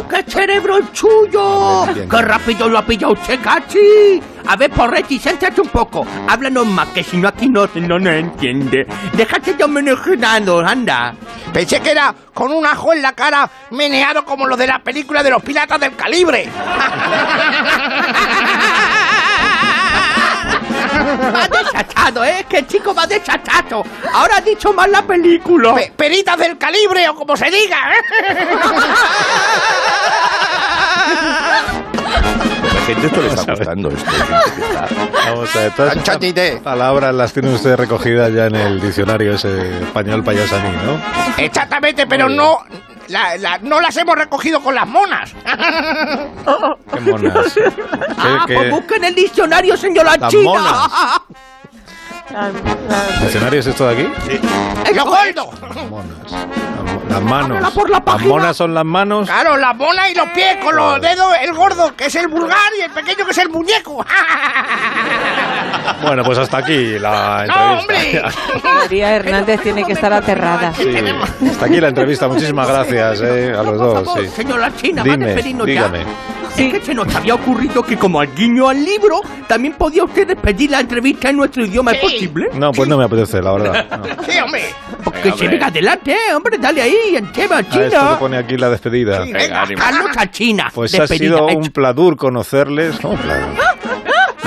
R: ¡Qué cerebro el suyo! ¡Qué rápido lo ha pillado usted, Cachi! A ver, Porretti, céntrate un poco. Háblanos más, que si no aquí no, no, no entiende. Déjate de homenajeados, anda.
G: Pensé que era con un ajo en la cara, meneado como los de la película de los piratas del calibre.
R: Va desatado, ¿eh? Que el chico va desatado. Ahora ha dicho mal la película.
G: Peritas del calibre, o como se diga. ¿eh?
E: Pues La gente esto le está gustando. Esto,
A: Vamos a ver, todas estas palabras las tienen ustedes recogidas ya en el diccionario ese español payasaní, ¿no?
G: Exactamente, pero no la- la- no las hemos recogido con las monas.
A: Qué monas.
R: Ah,
A: Qué-
R: pues
A: qué-
R: busca en el diccionario, señora
A: Las
R: China.
A: monas. ¿Diccionario es esto de aquí? Sí.
G: ¡Lo gordo!
A: Las manos.
G: por la
A: las
G: página.
A: monas son las manos.
G: Claro, las monas y los pies con los dedos, el gordo que es el vulgar y el pequeño que es el muñeco. Ah,
A: Bueno, pues hasta aquí la
F: ¡No,
A: entrevista.
F: María Hernández tiene que estar aterrada.
A: Sí, Hasta aquí la entrevista. Muchísimas gracias eh, a los dos. sí.
R: Señora China, va a
A: Dime,
R: despedirnos ya.
A: dígame.
R: Es que se nos había ocurrido que como al guiño al libro, también podía usted pedir la entrevista en nuestro idioma, ¿es posible?
A: No, pues no me apetece, la verdad. no.
G: Sí, hombre.
R: Porque se
A: hombre.
R: venga adelante, eh, hombre, dale ahí, en tema,
A: A esto te
R: China.
A: pone aquí la despedida.
R: Carlos a China.
A: Pues ha
R: despedida,
A: sido
R: eh,
A: un pladur conocerles. No, un pladur.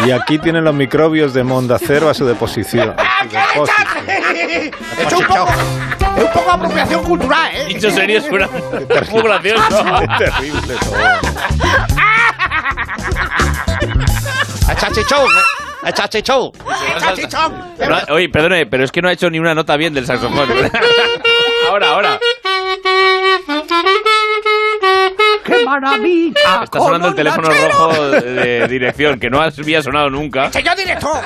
A: Y aquí tienen los microbios de Mondacero a su deposición. A su depósito.
G: es, un poco, es un poco apropiación cultural, ¿eh?
A: Dicho sería, suena
G: muy gracioso.
A: terrible todo.
H: A chachichón, eh. a chachichón.
N: Pero, oye, perdone, pero es que no ha hecho ni una nota bien del saxofón. ahora, ahora.
R: ¡Qué maravilla!
N: Está sonando el teléfono rojo de dirección, que no había sonado nunca.
G: Señor director.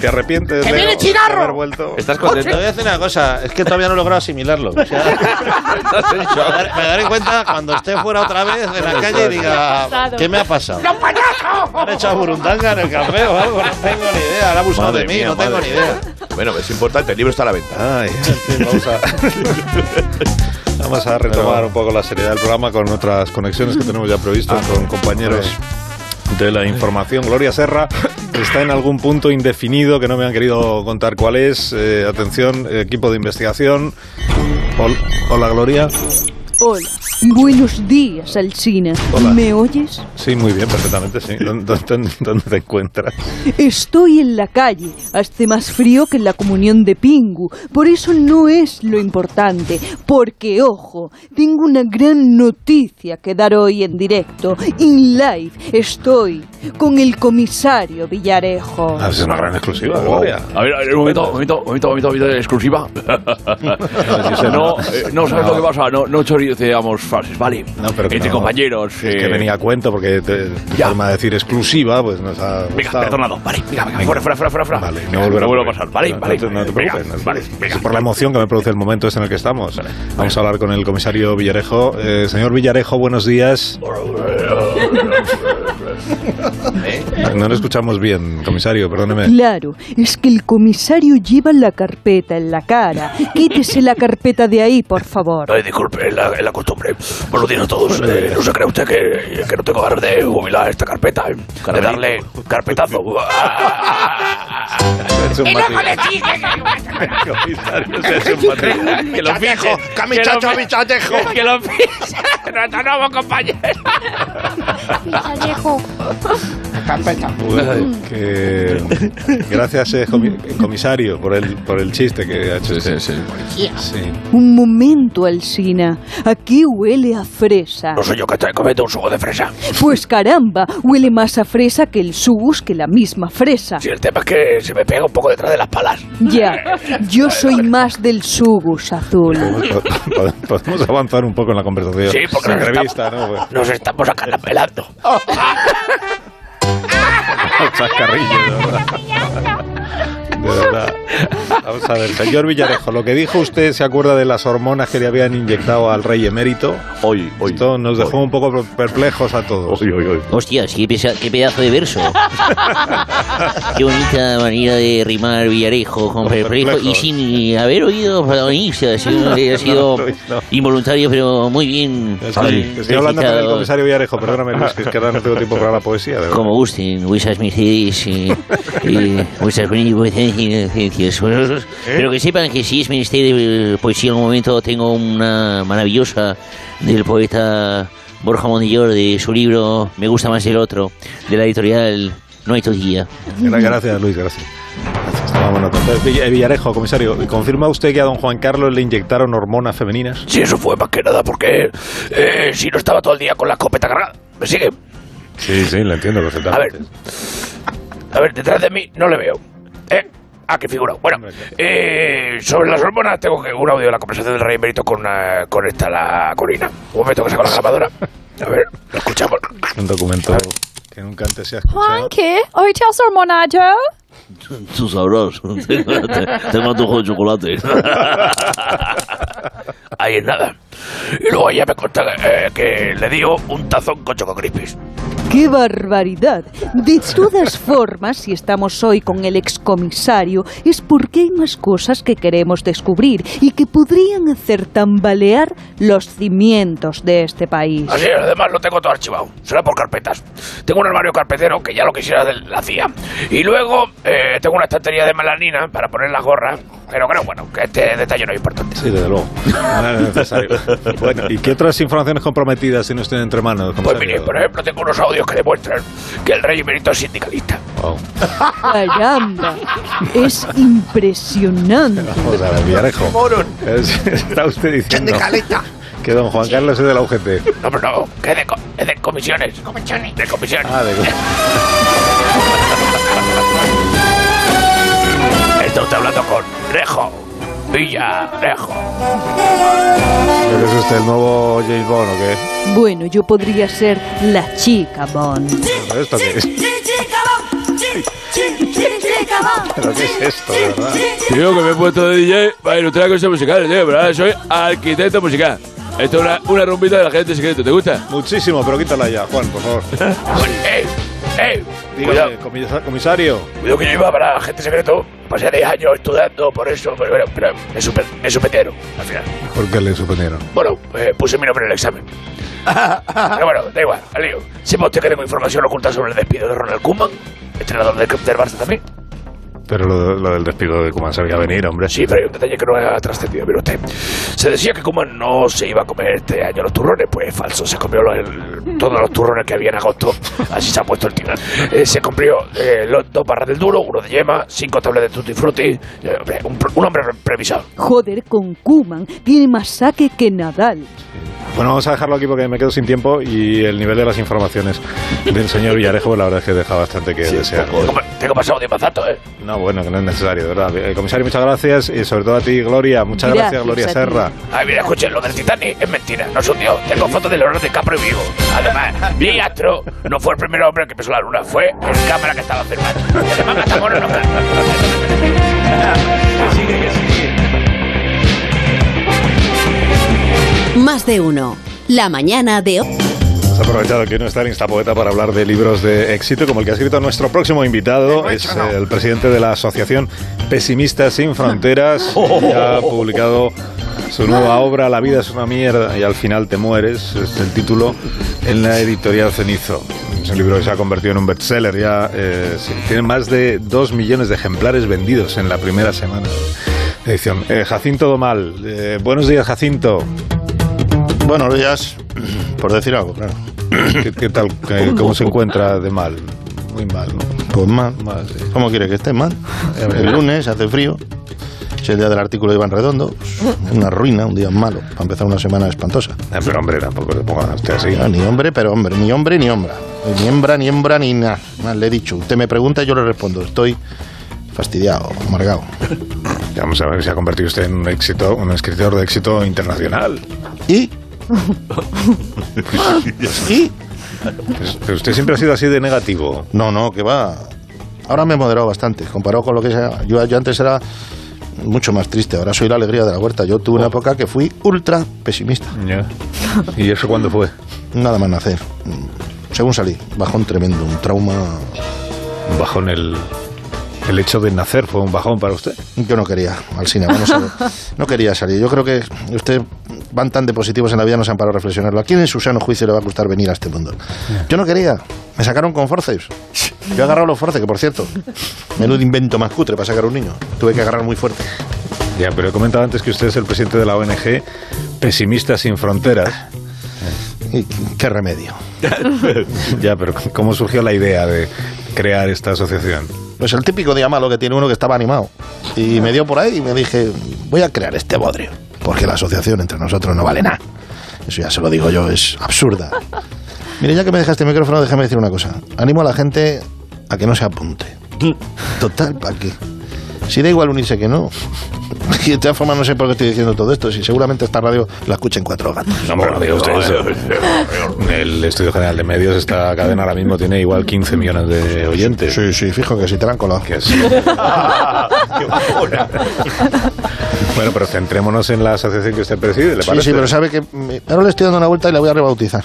A: ¿Te arrepientes?
G: ¡Que
A: Leo,
G: viene
A: de
G: Chinarro!
A: haber vuelto?
N: ¿Estás
H: Te voy a decir una cosa, es que todavía no he logrado asimilarlo. O sea, me daré cuenta cuando esté fuera otra vez en la calle y diga, ¿qué me ha pasado?
G: ¡Los payasos!
H: Me han echado burundanga en el café o algo, no tengo ni idea, han abusado de mí, no tengo ni idea.
E: Bueno, es importante, el libro está a la venta.
A: Ay, vamos a... Vamos a retomar un poco la seriedad del programa con otras conexiones que tenemos ya previstas con compañeros de la información. Gloria Serra está en algún punto indefinido que no me han querido contar cuál es. Eh, atención, equipo de investigación. Hol- Hola, Gloria.
L: Hola. Buenos días, Alsina.
A: Hola.
L: ¿Me oyes?
A: Sí, muy bien, perfectamente, sí. ¿Dónde, dónde- dónde te encuentras?
L: Estoy en la calle. Hace más frío que en la comunión de Pingu. Por eso no es lo importante. Porque, ojo, tengo una gran noticia que dar hoy en directo. In live estoy con el comisario Villarejo.
A: Ah, es una gran exclusiva,
N: Wow.
A: Gloria.
N: A ver, a ver, un momento, un momento, un momento, un momento, un momento, exclusiva. no, eh, no, ¿sabes
A: No.
N: lo que pasa? No, no choriceamos frases, ¿vale?
A: No, pero que
N: Entre
A: no.
N: compañeros.
A: Es que
N: eh,
A: venía a cuento porque te, tu forma de decir exclusiva, pues nos ha
N: Venga,
A: gustado.
N: perdonado, vale, venga, venga, fuera, fuera, fuera, fuera. fuera.
A: Vale, no volverá
N: vuelvo a
A: ocurrir.
N: pasar, vale,
A: No,
N: vale.
A: no te- no te
N: venga,
A: preocupes, no te
N: vale,
A: Es por la emoción que me produce el momento este en el que estamos. Vamos a hablar con el comisario Villarejo. Eh, señor Villarejo, buenos días. No lo escuchamos bien, comisario, perdóneme.
L: Claro, es que el comisario lleva la carpeta en la cara. Quítese la carpeta de ahí, por favor.
N: Ay, disculpe, es la, es la costumbre. Buenos días a todos. Eh, no se cree usted que, que no tengo ganas de jubilar esta carpeta, eh, de darle carpetazo. Ah.
A: Es un
G: ¡Y no
A: matiz.
G: con el chicle!
N: Que lo
G: ¡Chatejo!
N: pise.
G: ¡Camichacho a
N: Que
G: mi
N: lo-
G: chatejo!
N: Que lo pise. ¡Nuestro nuevo compañero!
A: Bueno, que- Gracias, eh, comi- comisario, por el, por el chiste que ha hecho. usted. Sí.
L: Un momento, Alsina. Aquí huele a fresa.
N: No soy yo que te comete un sugo de fresa.
L: Pues caramba, huele más a fresa que el sus, que la misma fresa.
N: Si el tema es que se me pega un poco detrás de las palas.
L: Ya, yo soy más del sugus azul.
A: Pod- Podemos avanzar un poco en la conversación.
N: Sí, porque
A: la
N: nos
A: entrevista, ¿no? Pues,
N: Nos estamos acalambrando.
A: chascarrillo, de verdad. De verdad. Vamos a ver, señor Villarejo, lo que dijo usted, ¿se acuerda de las hormonas que le habían inyectado al rey emérito?
E: Hoy, hoy.
A: Esto nos dejó un poco perplejos a todos.
J: Hostias, qué, pesa- qué pedazo de verso. qué bonita manera de rimar Villarejo con perplejo y sin haber oído protagonistas. Ha sido involuntario, pero muy bien.
A: Ay, Estoy hablando con el
J: recitado.
A: comisario Villarejo, perdóname, Luis, que es que ahora no tengo tiempo para la poesía. de verdad.
J: Como gusten, vuestras mercedes eh, eh, vuestras beneficencias.
A: ¿Eh?
J: Pero que sepan que si es menester eh, poesía en un momento, tengo una maravillosa del poeta Borja Mondillor de su libro Me gusta más el otro, de la editorial No hay todavía.
A: Gra- Gracias, Luis, gracias. Gracias, estábamos en otro. Entonces, Vill- eh, Villarejo, comisario, ¿confirma usted que a don Juan Carlos le inyectaron hormonas femeninas?
N: Sí, eso fue más que nada porque eh, si no estaba todo el día con la escopeta cargada. ¿Me sigue?
A: Sí, sí, lo entiendo
N: A ver. A ver, detrás de mí no le veo. Eh, Ah, qué figura. Bueno, eh, sobre las hormonas tengo que un audio de la conversación del rey emérito con, eh, con esta, la Corina. Un momento que saco la grabadora. A ver, lo escuchamos.
A: Un documento que nunca antes se ha escuchado.
S: Juanqui, hoy te has hormonado.
K: Tú sabrás. Tengo antojo de chocolate.
N: Ahí es nada. Y luego ella me contó eh, que le dio un tazón con Choco Crispis.
L: ¡Qué barbaridad! De todas formas, si estamos hoy con el excomisario, es porque hay más cosas que queremos descubrir y que podrían hacer tambalear los cimientos de este país.
N: Así es, además lo tengo todo archivado. Será por carpetas. Tengo un armario carpetero que ya lo quisiera de la CIA. Y luego eh, tengo una estantería de melanina para poner las gorras. Pero creo, bueno, que este detalle no es importante.
A: Sí, desde luego. No era necesario. Bueno, ¿y qué otras informaciones comprometidas si no tienen entre manos?
N: Pues mire, por ejemplo, tengo unos audios que demuestran que el rey emérito es sindicalista.
L: ¡Caramba! Es impresionante.
A: Vamos a ver, Villarejo. Es- Está usted diciendo que don Juan Carlos es de la UGT.
N: No, pero no, que es de, co- es de comisiones. Comisiones. De comisiones.
A: Ah, de
N: Está usted hablando con Rejo. Villarejo.
A: ¿Pero es usted el nuevo James Bond o qué?
L: Bueno, yo podría ser la chica Bond.
A: ¿Esto qué es?
G: ¿Pero qué es esto, de verdad?
K: Tío, que me he puesto de DJ para ilustrar cosas musicales, tío, pero ahora soy arquitecto musical. Esto es una, una rumbita de la gente secreto, ¿te gusta?
A: Muchísimo, pero quítala ya, Juan, por favor.
N: ¡Eh! ¡Eh!
A: Dígame, comisa- comisario.
N: Cuidado que yo iba para agente secreto. Pasé 10 años estudiando por eso, pero, pero, pero me, super, me supetieron al final.
A: ¿Por qué le suspendieron?
N: Bueno, eh, puse mi nombre en el examen. Pero bueno, da igual, al lío. ¿Sepa usted que tengo información oculta sobre el despido de Ronald Koeman? Entrenador del, del Barça también.
A: Pero lo, lo del despido de Kuman sabía venir, hombre.
N: Sí, pero hay un detalle que no ha trascendido, mire usted. Se decía que Koeman no se iba a comer este año los turrones. Pues falso, se comió los- el- todos los turrones que había en agosto. Así se ha puesto el titular. Eh, se compró eh, los dos barras del duro, uno de yema, cinco tablas de tutti frutti. Eh, hombre, un, pr- un hombre re- previsado.
L: Joder, con Kuman tiene más saque que Nadal.
A: Bueno, vamos a dejarlo aquí porque me quedo sin tiempo y el nivel de las informaciones del señor Villarejo, la verdad es que deja bastante que desear.
N: Tengo, tengo pasado de mazato, ¿eh?
A: No, bueno, que no es necesario, de ¿verdad? Eh, comisario, muchas gracias y sobre todo a ti, Gloria. Muchas gracias, Gloria Serra.
N: Ay, mira, escuchen, lo del Titanic es mentira, no es un dios. Tengo fotos de Leonardo DiCaprio vivo. Además, mi astro no fue el primer hombre que pisó la luna, fue el cámara que estaba firmando. Y además, Matamoros no Sigue, que sigue.
O: Más de uno. La mañana de hoy.
A: Hemos aprovechado que no está en Instapoeta para hablar de libros de éxito, como el que ha escrito nuestro próximo invitado, es eh, el presidente de la asociación Pesimistas sin Fronteras, que ha publicado su nueva obra La vida es una mierda y al final te mueres, es el título, en la editorial Cenizo. Es un libro que se ha convertido en un bestseller ya, eh, sí, tiene más de dos millones de ejemplares vendidos en la primera semana de edición. Eh, Jacinto Domal, eh, buenos días Jacinto.
C: Buenos días, por decir algo, claro.
A: ¿Qué, qué tal? ¿Qué- ¿Cómo se encuentra de mal? Muy mal, ¿no?
C: Pues mal. ¿Cómo quiere que esté mal? El lunes hace frío. Es el día del artículo de Iván Redondo. Una ruina, un día malo. Para empezar una semana espantosa.
A: Eh, pero hombre, tampoco le pongan a usted así.
C: ni hombre, pero hombre. Ni hombre, ni hombra. Ni hembra, ni hembra, ni nada. Nada, Le he dicho. Usted me pregunta y yo le respondo. Estoy fastidiado, amargado.
A: Vamos a ver, se ha convertido usted en un éxito, un escritor de éxito internacional.
C: ¿Y? ¿Y?
A: Pero usted siempre ha sido así de negativo.
C: No, no, que va. Ahora me he moderado bastante, comparado con lo que sea. Yo, yo antes era mucho más triste, ahora soy la alegría de la huerta. Yo
A: Oh.
C: tuve una época que fui ultra pesimista.
A: ¿Y eso cuándo fue?
C: Nada más nacer. Según salí, bajón tremendo, un trauma.
A: Un bajón el. El hecho de nacer fue un bajón para usted.
C: Yo no quería, al cine, vamos a ver. No quería salir. Yo creo que ustedes van tan de positivos en la vida, no se han parado a reflexionarlo. ¿A quién en su sano juicio le va a gustar venir a este mundo? Yo no quería. Me sacaron con forceps. Yo he agarrado los forceps, que por cierto, menudo invento más cutre para sacar a un niño. Tuve que agarrar muy fuerte.
A: Ya, pero he comentado antes que usted es el presidente de la ONG Pesimistas sin Fronteras.
C: ¿Y qué remedio?
A: ya, pero ¿cómo surgió la idea de crear esta asociación?
C: Pues el típico día malo que tiene uno que estaba animado. Y me dio por ahí y me dije, voy a crear este bodrio. Porque la asociación entre nosotros no vale nada. Eso ya se lo digo yo, es absurda. Mire, ya que me dejaste el micrófono, déjame decir una cosa. Animo a la gente a que no se apunte. Total, ¿para qué? Si da igual unirse que no. Y de todas formas no sé por qué estoy diciendo todo esto, si seguramente esta radio la escuchen cuatro gatos.
A: No me lo diga usted eso. El Estudio General de Medios, esta cadena ahora mismo tiene igual 15 millones de oyentes.
C: Sí, sí, fijo que si te la han colado.
A: Bueno, pero centrémonos en la asociación que usted preside, ¿le
C: Sí,
A: parece?
C: sí, pero sabe que me- ahora le estoy dando una vuelta y la voy a rebautizar.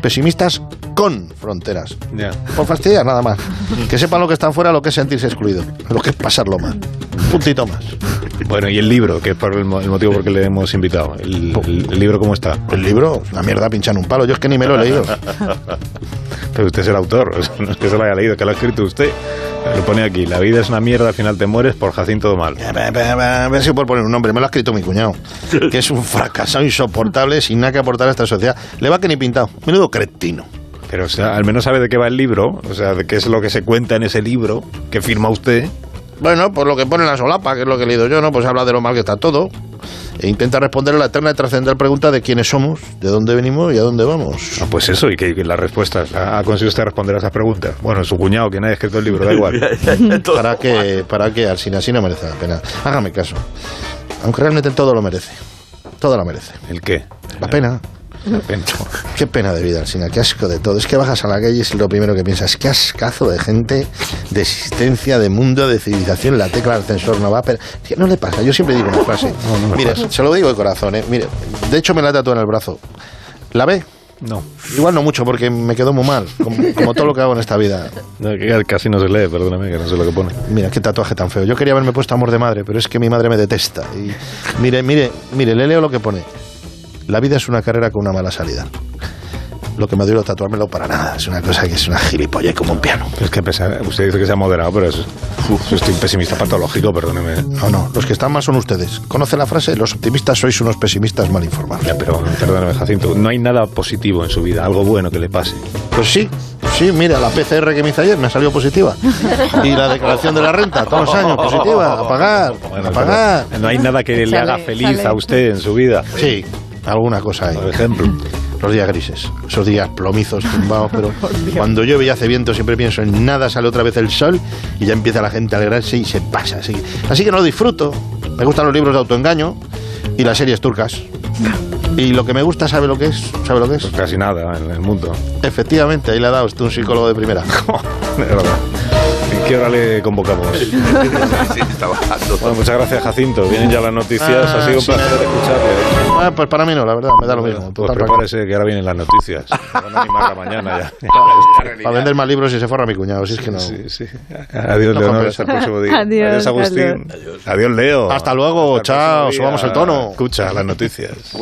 C: Pesimistas con fronteras.
A: Ya.
C: Por fastidiar, nada más. Que sepan lo que están fuera, lo que es sentirse excluido, lo que es pasarlo mal. Puntito más.
A: Bueno, y el libro, que es por el, mo- el motivo por que le hemos invitado. El, el- el libro cómo está?
C: El libro, la mierda pinchando un palo. Yo es que ni me lo he leído.
A: Pero usted es el autor, o sea, no es que se lo haya leído, que lo ha escrito usted. Lo pone aquí, la vida es una mierda, al final te mueres por Jacinto Domal.
C: A ver si puedo poner un nombre. Me lo ha escrito mi cuñado. Que es un fracasado insoportable sin nada que aportar a esta sociedad. Le va que ni pintado. Menudo cretino.
A: Pero o sea, al menos sabe de qué va el libro, o sea, de qué es lo que se cuenta en ese libro que firma usted.
C: Bueno, pues lo que pone en la solapa, que es lo que he leído yo, ¿no? Pues habla de lo mal que está todo. E intenta responder a la eterna y trascendental pregunta de quiénes somos, de dónde venimos y a dónde vamos.
A: Ah, pues eso, y que, que las respuestas. ¿Ha, ha conseguido usted responder a esas preguntas? Bueno, su cuñado, que nadie ha escrito el libro, da igual.
C: para que, para que al sin así no merece la pena. Hágame caso. Aunque realmente todo lo merece. Todo lo merece.
A: ¿El qué?
C: La pena.
A: La pena.
C: Qué pena de vida, Alcina, qué asco de todo. Es que bajas a la calle y es lo primero que piensas. Qué ascazo de gente, de existencia, de mundo, de civilización. La tecla del ascensor no va, pero tío, no le pasa. Yo siempre digo una frase.
A: no le
C: Mire,
A: pasa.
C: se lo digo de corazón, ¿eh? Mire, de hecho me la tatué en el brazo. ¿La ve?
A: No.
C: Igual no mucho porque me quedó muy mal, como, como todo lo que hago en esta vida.
A: No, que casi no se lee, perdóname, que no sé lo que pone.
C: Mira, qué tatuaje tan feo. Yo quería haberme puesto amor de madre, pero es que mi madre me detesta. Y mire, mire, mire, le leo lo que pone. La vida es una carrera con una mala salida. Lo que me dio tatuármelo para nada. Es una cosa que es una gilipollez como un piano.
A: Es que a pesar, usted dice que se ha moderado, pero es, uf, estoy un pesimista patológico, perdóneme.
C: No, no, los que están más son ustedes. ¿Conoce la frase? Los optimistas sois unos pesimistas mal informados.
A: Ya, pero perdóname, Jacinto, no hay nada positivo en su vida, algo bueno que le pase.
C: Pues sí, sí, mira, la PCR que me hice ayer me ha salido positiva. Y la declaración de la renta, todos los años, positiva, a pagar, a pagar.
A: No hay nada que le
C: Sale,
A: haga feliz
C: sale.
A: a usted en su vida.
C: Sí, alguna cosa hay.
A: Por ejemplo.
C: Los días grises, esos días plomizos, tumbados, pero cuando llueve y hace viento siempre pienso en nada, sale otra vez el sol y ya empieza la gente a alegrarse y se pasa. Así que, así que no lo disfruto. Me gustan los libros de autoengaño y las series turcas. Y lo que me gusta, ¿sabe lo que es? ¿Sabe lo que es?
A: Pues Casi nada en el mundo.
C: Efectivamente, ahí le ha dado usted un psicólogo de primera.
A: De verdad. ¿En qué hora le convocamos? Bueno, muchas gracias, Jacinto. Vienen ya las noticias.
C: Ah,
A: ha sido un
C: sí.
A: placer escucharle.
C: Ah, pues para mí no, la verdad, me da lo mismo.
A: Pues
C: Total,
A: prepárese que ahora vienen las noticias. Van a animar la mañana ya.
C: Para vender más libros y se forra mi cuñado, si es que no.
A: Adiós,
C: No
A: Leonor.
C: compensa.
A: Hasta el próximo día.
C: Adiós,
A: Adiós, Agustín. Adiós, Leo.
C: Hasta luego, chao,
A: próximo día.
C: subamos el tono.
A: Escucha las noticias.